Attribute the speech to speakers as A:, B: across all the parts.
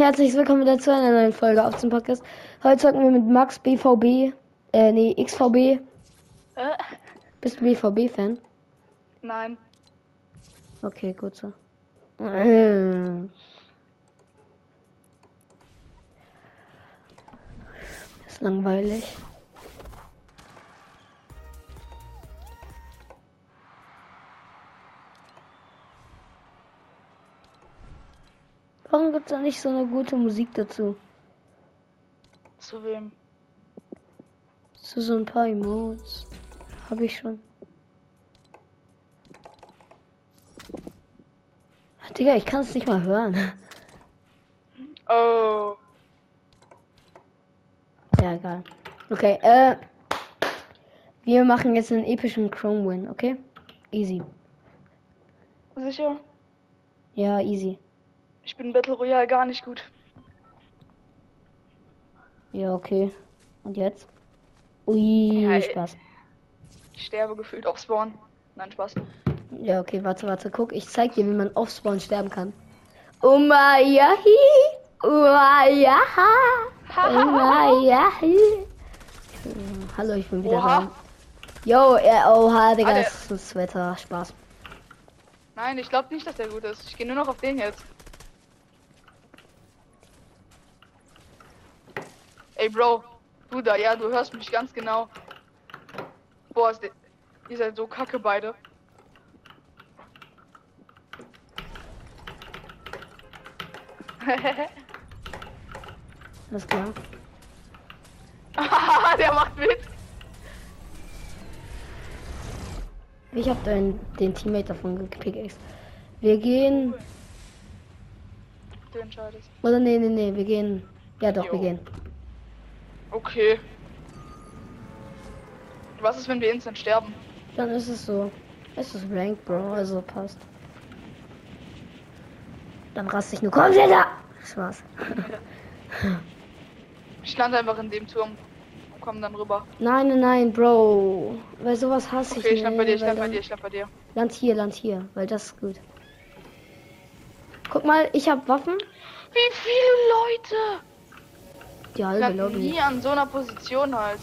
A: Herzlich willkommen wieder zu einer neuen Folge auf dem Podcast. Heute zocken wir mit Max BVB, äh, nee, XVB.
B: Äh,
A: Bist du BVB-Fan?
B: nein.
A: Okay, gut so. Ähm. Ist langweilig. Warum gibt es da nicht so eine gute Musik dazu?
B: Zu wem?
A: Zu so ein paar Emotes. Habe ich schon. Ach, Digga, ich kann es nicht mal hören.
B: Oh.
A: Ja, egal. Okay, äh. Wir machen jetzt einen epischen Chrome Win, okay? Easy.
B: Sicher?
A: Ja, easy.
B: Ich bin Battle Royale gar nicht gut.
A: Ja, okay. Und jetzt? Ui,
B: Ja, ich-
A: Spaß.
B: Ich sterbe gefühlt auf Spawn. Nein, Spaß.
A: Ja, okay, warte, warte, guck. Ich zeig dir, wie man auf Spawn sterben kann. Umayahi! Umayaha! Umayahi! Äh, Hallo, ich bin wieder
B: Oha.
A: da. Yo, äh, oha, Digga,
B: Warte.
A: ist das Wetter. Spaß.
B: Nein, ich glaube nicht, dass der gut ist. Ich gehe nur noch auf den jetzt. Ey, Bro. Du da, ja, du hörst mich ganz genau. Boah, ist der... ihr seid so kacke beide.
A: Alles klar.
B: der macht mit.
A: Ich hab den, den Teammate davon gepickt. Wir gehen.
B: Du entscheidest.
A: Oder nee, nee, nee, wir gehen. Ja doch, wir
B: Jo.
A: gehen.
B: Okay. Was ist, wenn wir instant sterben?
A: Dann ist es so. Es ist Rank, Bro, also passt. Dann raste ich nur. Komm, Digga! Spaß.
B: Ich lande einfach in dem Turm und komme dann rüber.
A: Nein, nein, nein, Bro. Weil sowas hasse
B: Okay, ich
A: ich.
B: lande
A: nicht,
B: bei dir, ich
A: weil
B: lande bei
A: dann-
B: dir, ich lande bei dir.
A: Land hier, land hier, weil das ist gut. Guck mal, ich hab Waffen.
B: Wie viele Leute
A: Die halbe
B: landen
A: Lobby.
B: nie an so einer Position halt.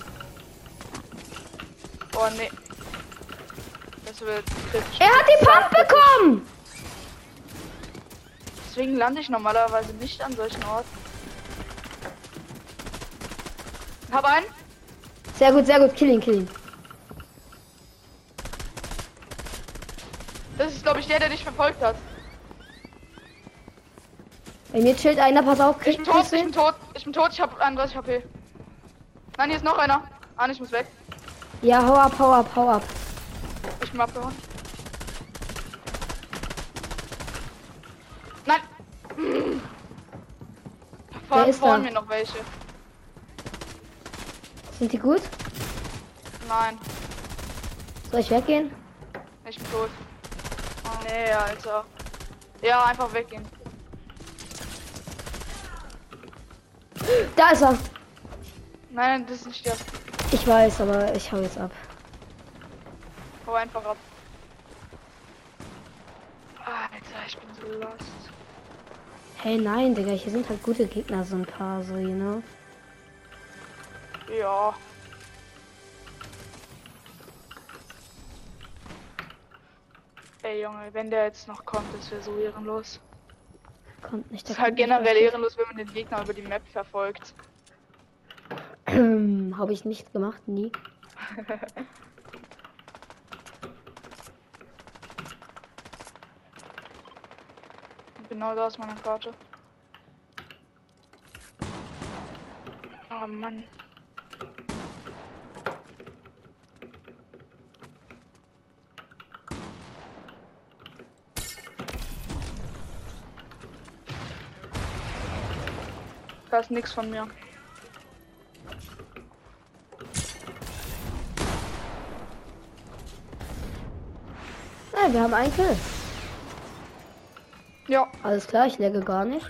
B: Oh nee. Das wird kritisch.
A: Er hat die Pump bekommen!
B: Deswegen lande ich normalerweise nicht an solchen Orten. Hab einen.
A: Sehr gut, sehr gut. Kill ihn, kill ihn.
B: Das ist glaube ich der, der dich verfolgt hat.
A: Bei mir chillt einer, pass auf, krieg
B: Ich bin tot, ich
A: kriegst du
B: bin
A: ihn?
B: tot, ich bin tot, ich hab 31 HP. Nein, hier ist noch einer. Ah, ich muss weg.
A: Ja, hau ab, hau ab, hau ab.
B: Ich bin abgehauen. Nein! Da fahren,
A: ist
B: fahren
A: da?
B: mir noch welche.
A: Sind die gut?
B: Nein,
A: Soll ich weggehen?
B: ich bin tot. Oh nee, Alter. Ja, einfach weggehen.
A: Da ist er.
B: Nein, das ist nicht der.
A: Ich weiß, aber ich hau jetzt ab.
B: Hau einfach ab. Alter, ich bin so lost.
A: Hey, nein, Digga, hier sind halt gute Gegner, so ein paar, so, you know.
B: Ja. Ey Junge, wenn der jetzt noch kommt, das wäre so ehrenlos.
A: Kommt nicht,
B: Das
A: der
B: ist halt
A: kommt nicht
B: generell
A: mehr.
B: ehrenlos, wenn man den Gegner über die Map verfolgt.
A: Habe ich nicht gemacht, nie.
B: Genau da ist meine Karte. Oh Mann. Da ist nichts von mir.
A: Nein, wir haben einen Kill.
B: Ja,
A: Alles klar, ich lagge gar nicht.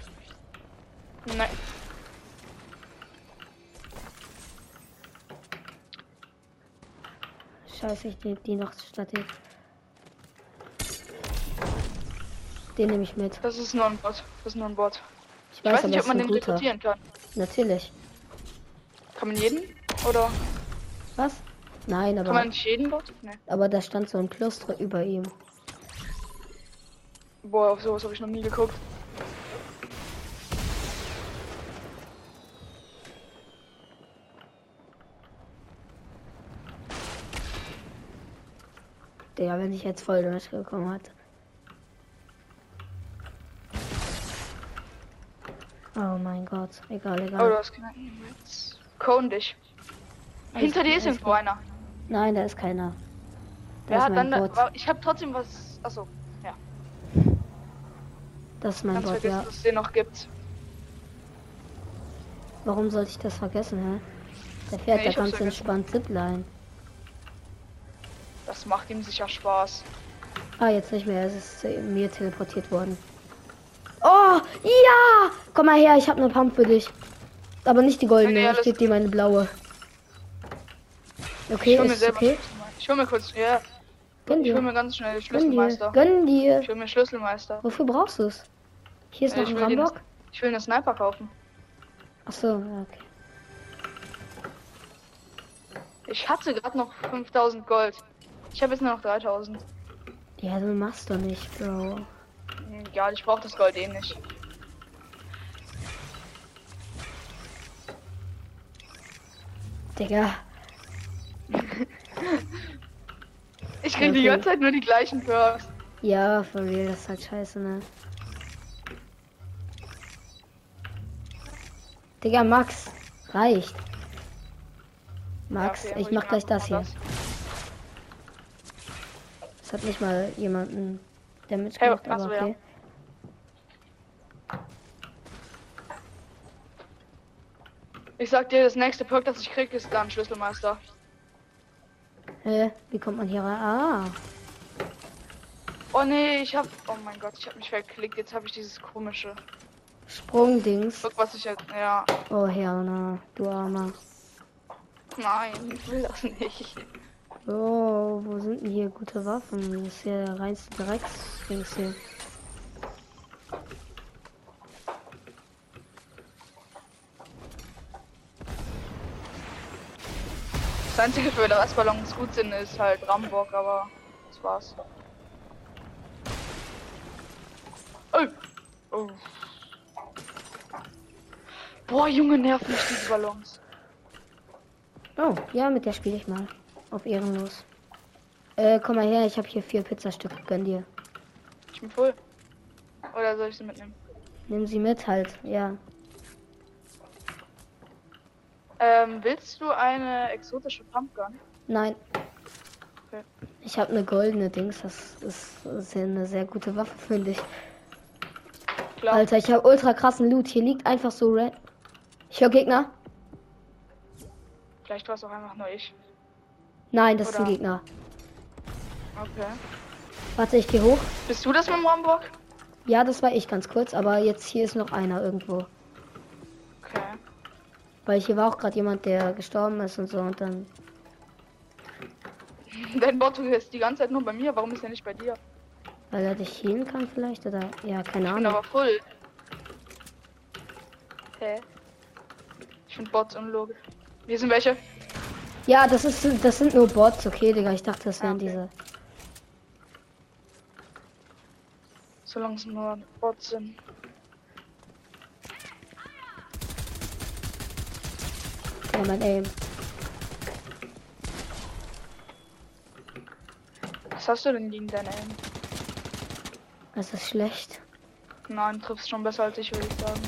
B: nein.
A: Scheiße, ich nehme die noch statt den. Den nehme ich mit.
B: Das ist nur ein Bot. Das ist nur ein Bot.
A: Ich
B: Ich weiß
A: aber
B: nicht,
A: es
B: ob man
A: ist ein
B: den
A: guter.
B: rekrutieren kann.
A: Natürlich.
B: Kann man jeden? Oder
A: Was? Nein,
B: kann
A: aber,
B: man nicht jeden dort? Ne.
A: aber da stand so ein Kloster über ihm.
B: Boah, auf sowas habe ich noch nie geguckt.
A: Der, wenn ich jetzt voll durchgekommen hatte. Oh mein Gott, egal,
B: Oh, du
A: egal.
B: hast keinen Witz. Cone dich. Hinter dir ist
A: alles
B: irgendwo einer.
A: Nein, da ist keiner. Da
B: Ja,
A: ist
B: dann.
A: mein Bot.
B: wa- Ich habe trotzdem was. Achso,
A: Das ist mein
B: ganz
A: Bot,
B: vergessen,
A: ja.
B: dass es den noch gibt.
A: Warum sollte ich das vergessen, hä? Der fährt
B: Nee,
A: da
B: ich hab's
A: ganz entspannt Zipline.
B: Das macht ihm sicher Spaß.
A: Ah, jetzt nicht mehr, es ist zu mir teleportiert worden. Oh, ja! Komm mal her, ich habe eine Pump für dich. Aber nicht die goldene,
B: Nee, nee,
A: ich
B: alles
A: geb dir meine blaue. Okay,
B: Ich hol mir
A: ist
B: selber
A: okay.
B: Schlüsselmeister. Ich hol mir kurz. Ja,
A: Gönn
B: ich hol
A: dir,
B: mir ganz schnell
A: gönn dir,
B: Schlüsselmeister.
A: gönn dir.
B: Ich hol mir Schlüsselmeister.
A: Wofür brauchst du es? Hier ist
B: Äh,
A: noch
B: ich
A: ein
B: will den-
A: Rambock.
B: Ich will einen Sniper kaufen.
A: Achso, ja, okay.
B: Ich hatte gerade noch 5000 Gold. Ich habe jetzt nur noch 3000.
A: Ja, du machst doch nicht, Bro.
B: Hm, Egal, ich brauche das Gold eh nicht.
A: Digga.
B: Ich krieg die
A: Okay.
B: ganze Zeit nur die gleichen Perks.
A: Ja, for real, das ist halt scheiße, ne? Digga, Max, reicht. Max,
B: Ja, okay,
A: ich
B: hol
A: mach
B: mir
A: gleich das
B: einfach mal
A: hier. Es hat nicht mal jemanden Damage
B: Hey,
A: gemacht,
B: ach
A: aber
B: so, ja.
A: okay.
B: Ich sag dir, das nächste Perk, das ich krieg, ist dann Schlüsselmeister.
A: Hä, wie kommt man hier rein? Ah,
B: Oh nee, ich hab. Oh mein Gott, ich hab mich verklickt. Jetzt habe ich dieses komische.
A: Sprungdings.
B: Guck, was ich jetzt. Ja.
A: Oh, Herna, du Armer.
B: Nein, ich will das nicht.
A: Oh, wo sind denn hier gute Waffen? Das ist ja der reinste Drecksdings hier.
B: Das einzige für das Ballons gut sind, ist halt Rambock, aber das war's. Ey. Oh. Boah, Junge, nerven mich diese Ballons.
A: Oh, ja, mit der spiele ich mal. Auf Ehrenlos. Äh, komm mal her, ich habe hier vier Pizzastücke, gönn dir.
B: Ich bin voll. Oder soll ich sie mitnehmen?
A: Nimm sie mit halt, ja.
B: Ähm, willst du eine exotische Pumpgun?
A: Nein.
B: Okay.
A: Ich habe eine goldene Dings, das ist, ist ja eine sehr gute Waffe, finde ich.
B: Klar.
A: Alter, ich habe ultra krassen Loot. Hier liegt einfach so red. Ich höre Gegner.
B: Vielleicht war es auch einfach nur ich.
A: Nein, das ist ein
B: Oder-
A: Gegner.
B: Okay.
A: Warte, ich gehe hoch.
B: Bist du das mit dem Rambock?
A: Ja, das war ich ganz kurz, aber jetzt hier ist noch einer irgendwo.
B: Okay.
A: Weil hier war auch gerade jemand, der gestorben ist und so und dann.
B: Dein Bot ist die ganze Zeit nur bei mir. Warum ist er nicht bei dir?
A: Weil er dich healen kann vielleicht oder. Ja, keine
B: Ich bin
A: Ahnung.
B: aber voll. Hä? Ich find Bots unlogisch. Hier sind welche.
A: Ja, das ist das sind nur Bots, okay, Digga. Ich dachte, das
B: Ah,
A: wären
B: okay.
A: diese.
B: Solange es nur Bots sind.
A: Ja, mein Aim.
B: Was hast du denn gegen deine Aim?
A: Das ist schlecht.
B: Nein, triffst schon besser als ich, würde ich sagen.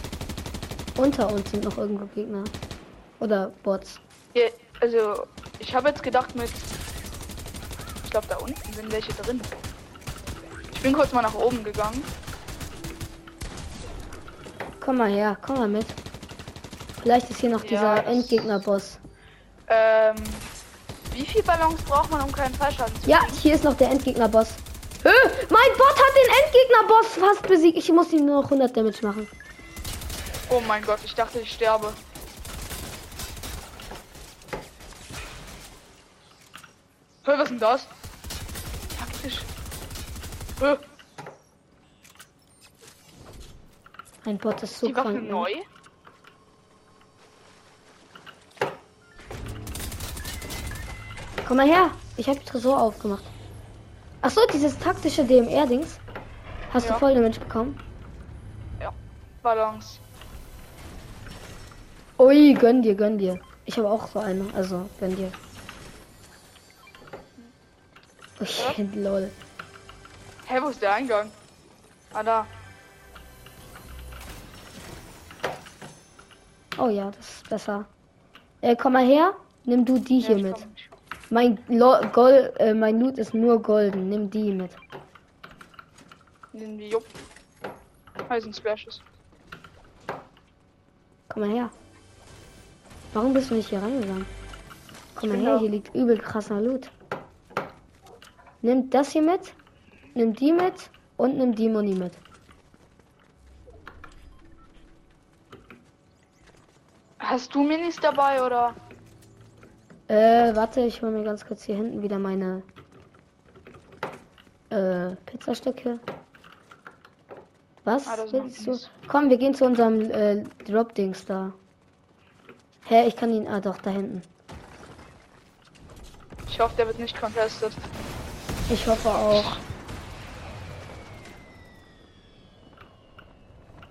A: Unter uns sind noch irgendwo Gegner. Oder Bots.
B: Hier, also, ich habe jetzt gedacht mit... Ich glaube, da unten sind welche drin. Ich bin kurz mal nach oben gegangen.
A: Komm mal her, komm mal mit. Vielleicht ist hier noch
B: Ja,
A: dieser
B: das-
A: Endgegner-Boss.
B: Ähm... Wie viel Ballons braucht man, um keinen Fallschaden zu
A: Ja,
B: kriegen?
A: hier ist noch der Endgegner-Boss. Hä? Mein Bot hat den Endgegner-Boss fast besiegt. Ich muss ihm nur noch 100 Damage machen.
B: Oh mein Gott, ich dachte, ich sterbe. Hör, was ist denn das? Taktisch. Hör.
A: Ein Bot ist so
B: die Waffe
A: krank. ne?
B: neu?
A: Komm mal her. Ich habe Tresor aufgemacht. Ach so, dieses taktische DMR-Dings. Hast
B: Ja.
A: du voll Damage bekommen?
B: Ja. Balance.
A: Ui, gönn dir, gönn dir. Ich habe auch so eine, also gönn dir. Ui, lol.
B: Hä, wo ist der Eingang? Ah, da.
A: Oh ja, das ist besser. Äh, komm mal her. Nimm du die hier
B: ich
A: mit.
B: komm nicht.
A: Mein Lo Gold, äh, mein Loot ist nur golden. Nimm die mit.
B: Nehmen wir Jupp. Eisen Splashes.
A: Komm mal her. Warum bist du nicht hier reingegangen? Komm mal
B: bin
A: her,
B: da.
A: hier liegt übel krasser Loot. Nimm das hier mit, nimm die mit und nimm die Muni mit.
B: Hast du Minis dabei oder?
A: Äh, warte, ich hole mir ganz kurz hier hinten wieder meine äh, Pizzastücke. Was
B: Ah, da sind
A: willst du?
B: Minis.
A: Komm, wir gehen zu unserem äh, Drop-Dings da. Hä, ich kann ihn. Ah, doch, da hinten.
B: Ich hoffe, der wird nicht contested.
A: Ich hoffe auch.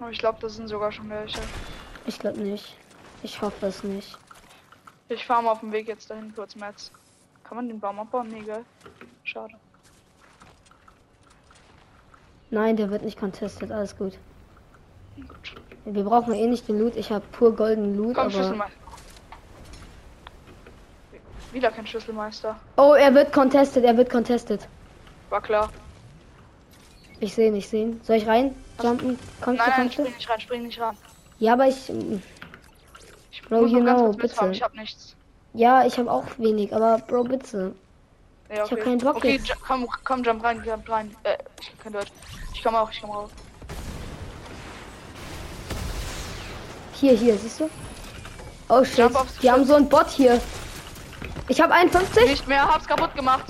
B: Aber ich glaube, das sind sogar schon welche.
A: Ich glaube nicht. Ich hoffe es nicht.
B: Ich fahre mal auf dem Weg jetzt dahin kurz, Metz. Kann man den Baum abbauen? Nee, gell? Schade.
A: Nein, der wird nicht contestet, alles gut.
B: Gut.
A: Wir brauchen eh nicht den Loot, ich habe pur golden Loot,
B: Komm,
A: aber...
B: Schlüsselmeister. Wieder kein Schlüsselmeister.
A: Oh, er wird contestet, er wird contestet.
B: War klar.
A: Ich sehe ihn, ich sehe ihn. Soll ich rein? Jumpen? Kommst
B: Nein,
A: du, kommst du?
B: nein, spring nicht ran, spring nicht ran.
A: Ja, aber ich... mm,
B: Ich
A: Bro,
B: muss
A: you
B: noch ganz
A: know,
B: kurz mitfahren,
A: bitte.
B: ich hab nichts.
A: Ja, ich habe auch wenig, aber Bro, bitte.
B: Ja,
A: hab keinen Bock
B: okay,
A: jetzt.
B: ju- komm, komm, jump rein, jump rein. Äh, ich kann kein Deutsch. Ich komme auch, ich komme auch.
A: Hier, hier, siehst du? Oh shit,
B: Jump aufs
A: die haben so einen Bot hier. Ich habe 51.
B: Nicht mehr, hab's kaputt gemacht.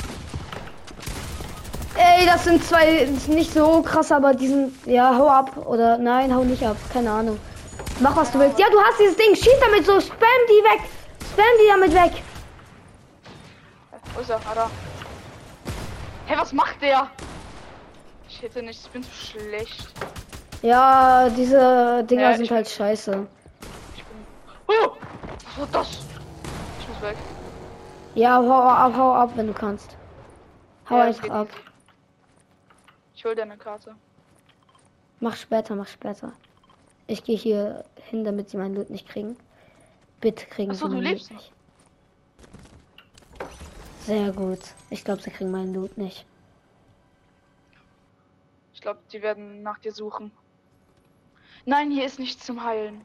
A: Ey, das sind zwei, nicht so krass, aber diesen... Ja, hau ab. Oder nein, hau nicht ab. Keine Ahnung. Mach, was du willst. Ja, du hast dieses Ding. Schieß damit so. Spam die weg. Spam die damit weg.
B: Äh, Wo ist er? Ah, da. Hä, was macht der? Ich hätte nicht, ich bin zu schlecht.
A: Ja, diese Dinger
B: Ja,
A: sind
B: ich-
A: halt scheiße.
B: Ich bin. Oh, was war das? Ich muss weg.
A: Ja, hau ab, hau ab, wenn du kannst. Hau
B: Ja, es
A: einfach
B: geht
A: ab.
B: nicht. Ich hol deine Karte.
A: Mach später, mach später. Ich gehe hier hin, damit sie meinen Loot nicht kriegen. Bitte kriegen
B: Ach so,
A: sie
B: du
A: meinen
B: lebst
A: Loot nicht. Sehr gut. Ich glaube, sie kriegen meinen Loot nicht.
B: Ich glaube, die werden nach dir suchen. Nein, hier ist nichts zum Heilen.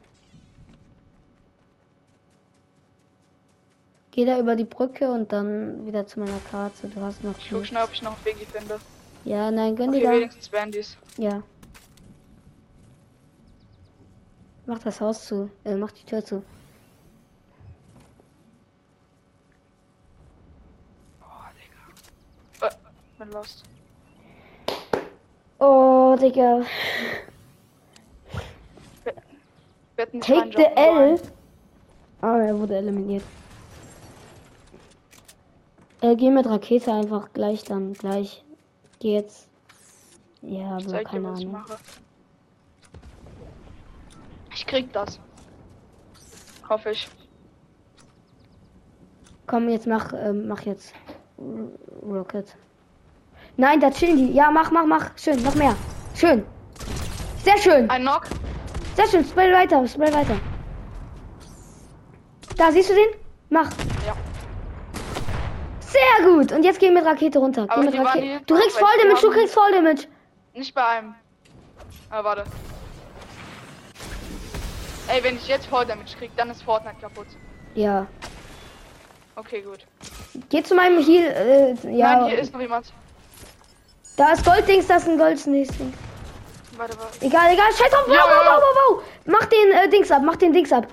A: Geh da über die Brücke und dann wieder zu meiner Karte. Du hast noch
B: Ich guck
A: nichts.
B: schnell, ob ich noch Wege finde.
A: Ja, nein, gönn
B: Okay,
A: dir
B: wenigstens Bandys.
A: da. Ja. Mach das Haus zu. Äh, mach die Tür zu.
B: Oh, Digga. Äh, bin lost.
A: Oh, Digga.
B: Wetten, ich
A: Take
B: mein
A: the
B: Job nur
A: L.
B: ein.
A: Ah, er wurde eliminiert. Äh, geh mit Rakete einfach gleich dann, gleich. Geh jetzt. Ja,
B: Ich
A: aber
B: zeig dir,
A: Also keine
B: was ich
A: Ahnung.
B: mache. Ich krieg das. Hoffe ich.
A: Komm, jetzt mach, ähm, mach jetzt. R- Rocket. Nein, da chillen die. Ja, mach, mach, mach. Schön, noch mehr. Schön. Sehr schön.
B: Ein Knock.
A: Sehr schön. Spray weiter, spray weiter. Da, siehst du den? Mach.
B: Ja.
A: Sehr gut. Und jetzt geh mit Rakete runter. Geh
B: Aber
A: mit
B: die waren
A: Rakete.
B: hier
A: Du kriegst
B: drauf,
A: Voll
B: weil die
A: Damage, du
B: haben-
A: kriegst Voll Damage.
B: Nicht bei einem. Ah, warte. Ey, wenn ich jetzt Fall Damage krieg, dann ist Fortnite kaputt.
A: Ja.
B: Okay, gut.
A: Geh zu meinem Heal. Äh, ja.
B: Nein, hier ist noch jemand.
A: da ist Golddings, das ist ein Goldsnäschen.
B: Warte, warte.
A: Egal, egal. Scheiß drauf. Wow,
B: Ja,
A: wow,
B: ja.
A: wow, wow, wow. Mach den äh, Dings ab. Mach den Dings ab.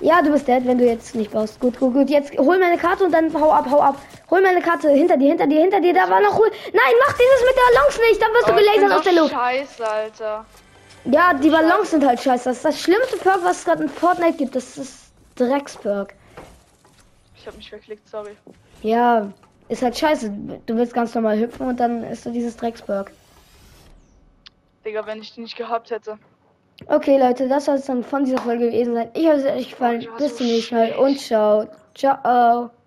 A: Ja, du bist dead, wenn du jetzt nicht brauchst. Gut, gut, gut. Jetzt hol meine Karte und dann hau ab, hau ab. Hol meine Karte. Hinter dir, hinter dir, hinter dir. Da war noch. Hol Nein, mach dieses mit der Longs nicht. Dann wirst du
B: Oh, ich bin
A: gelasert
B: so
A: aus der Luft.
B: Scheiße, Alter.
A: Ja, die Ballons sind halt scheiße. Das ist das schlimmste Perk, was es gerade in Fortnite gibt. Das ist das Drecksperk.
B: Ich habe mich verklickt, sorry.
A: Ja, ist halt scheiße. Du willst ganz normal hüpfen und dann ist so dieses Drecksperk.
B: Digga, wenn ich die nicht gehabt hätte.
A: Okay, Leute, das soll es dann von dieser Folge gewesen sein. Ich hoffe, es hat euch gefallen.
B: Ich war
A: Bis
B: so
A: zum nächsten Mal
B: schlecht.
A: und ciao. Ciao.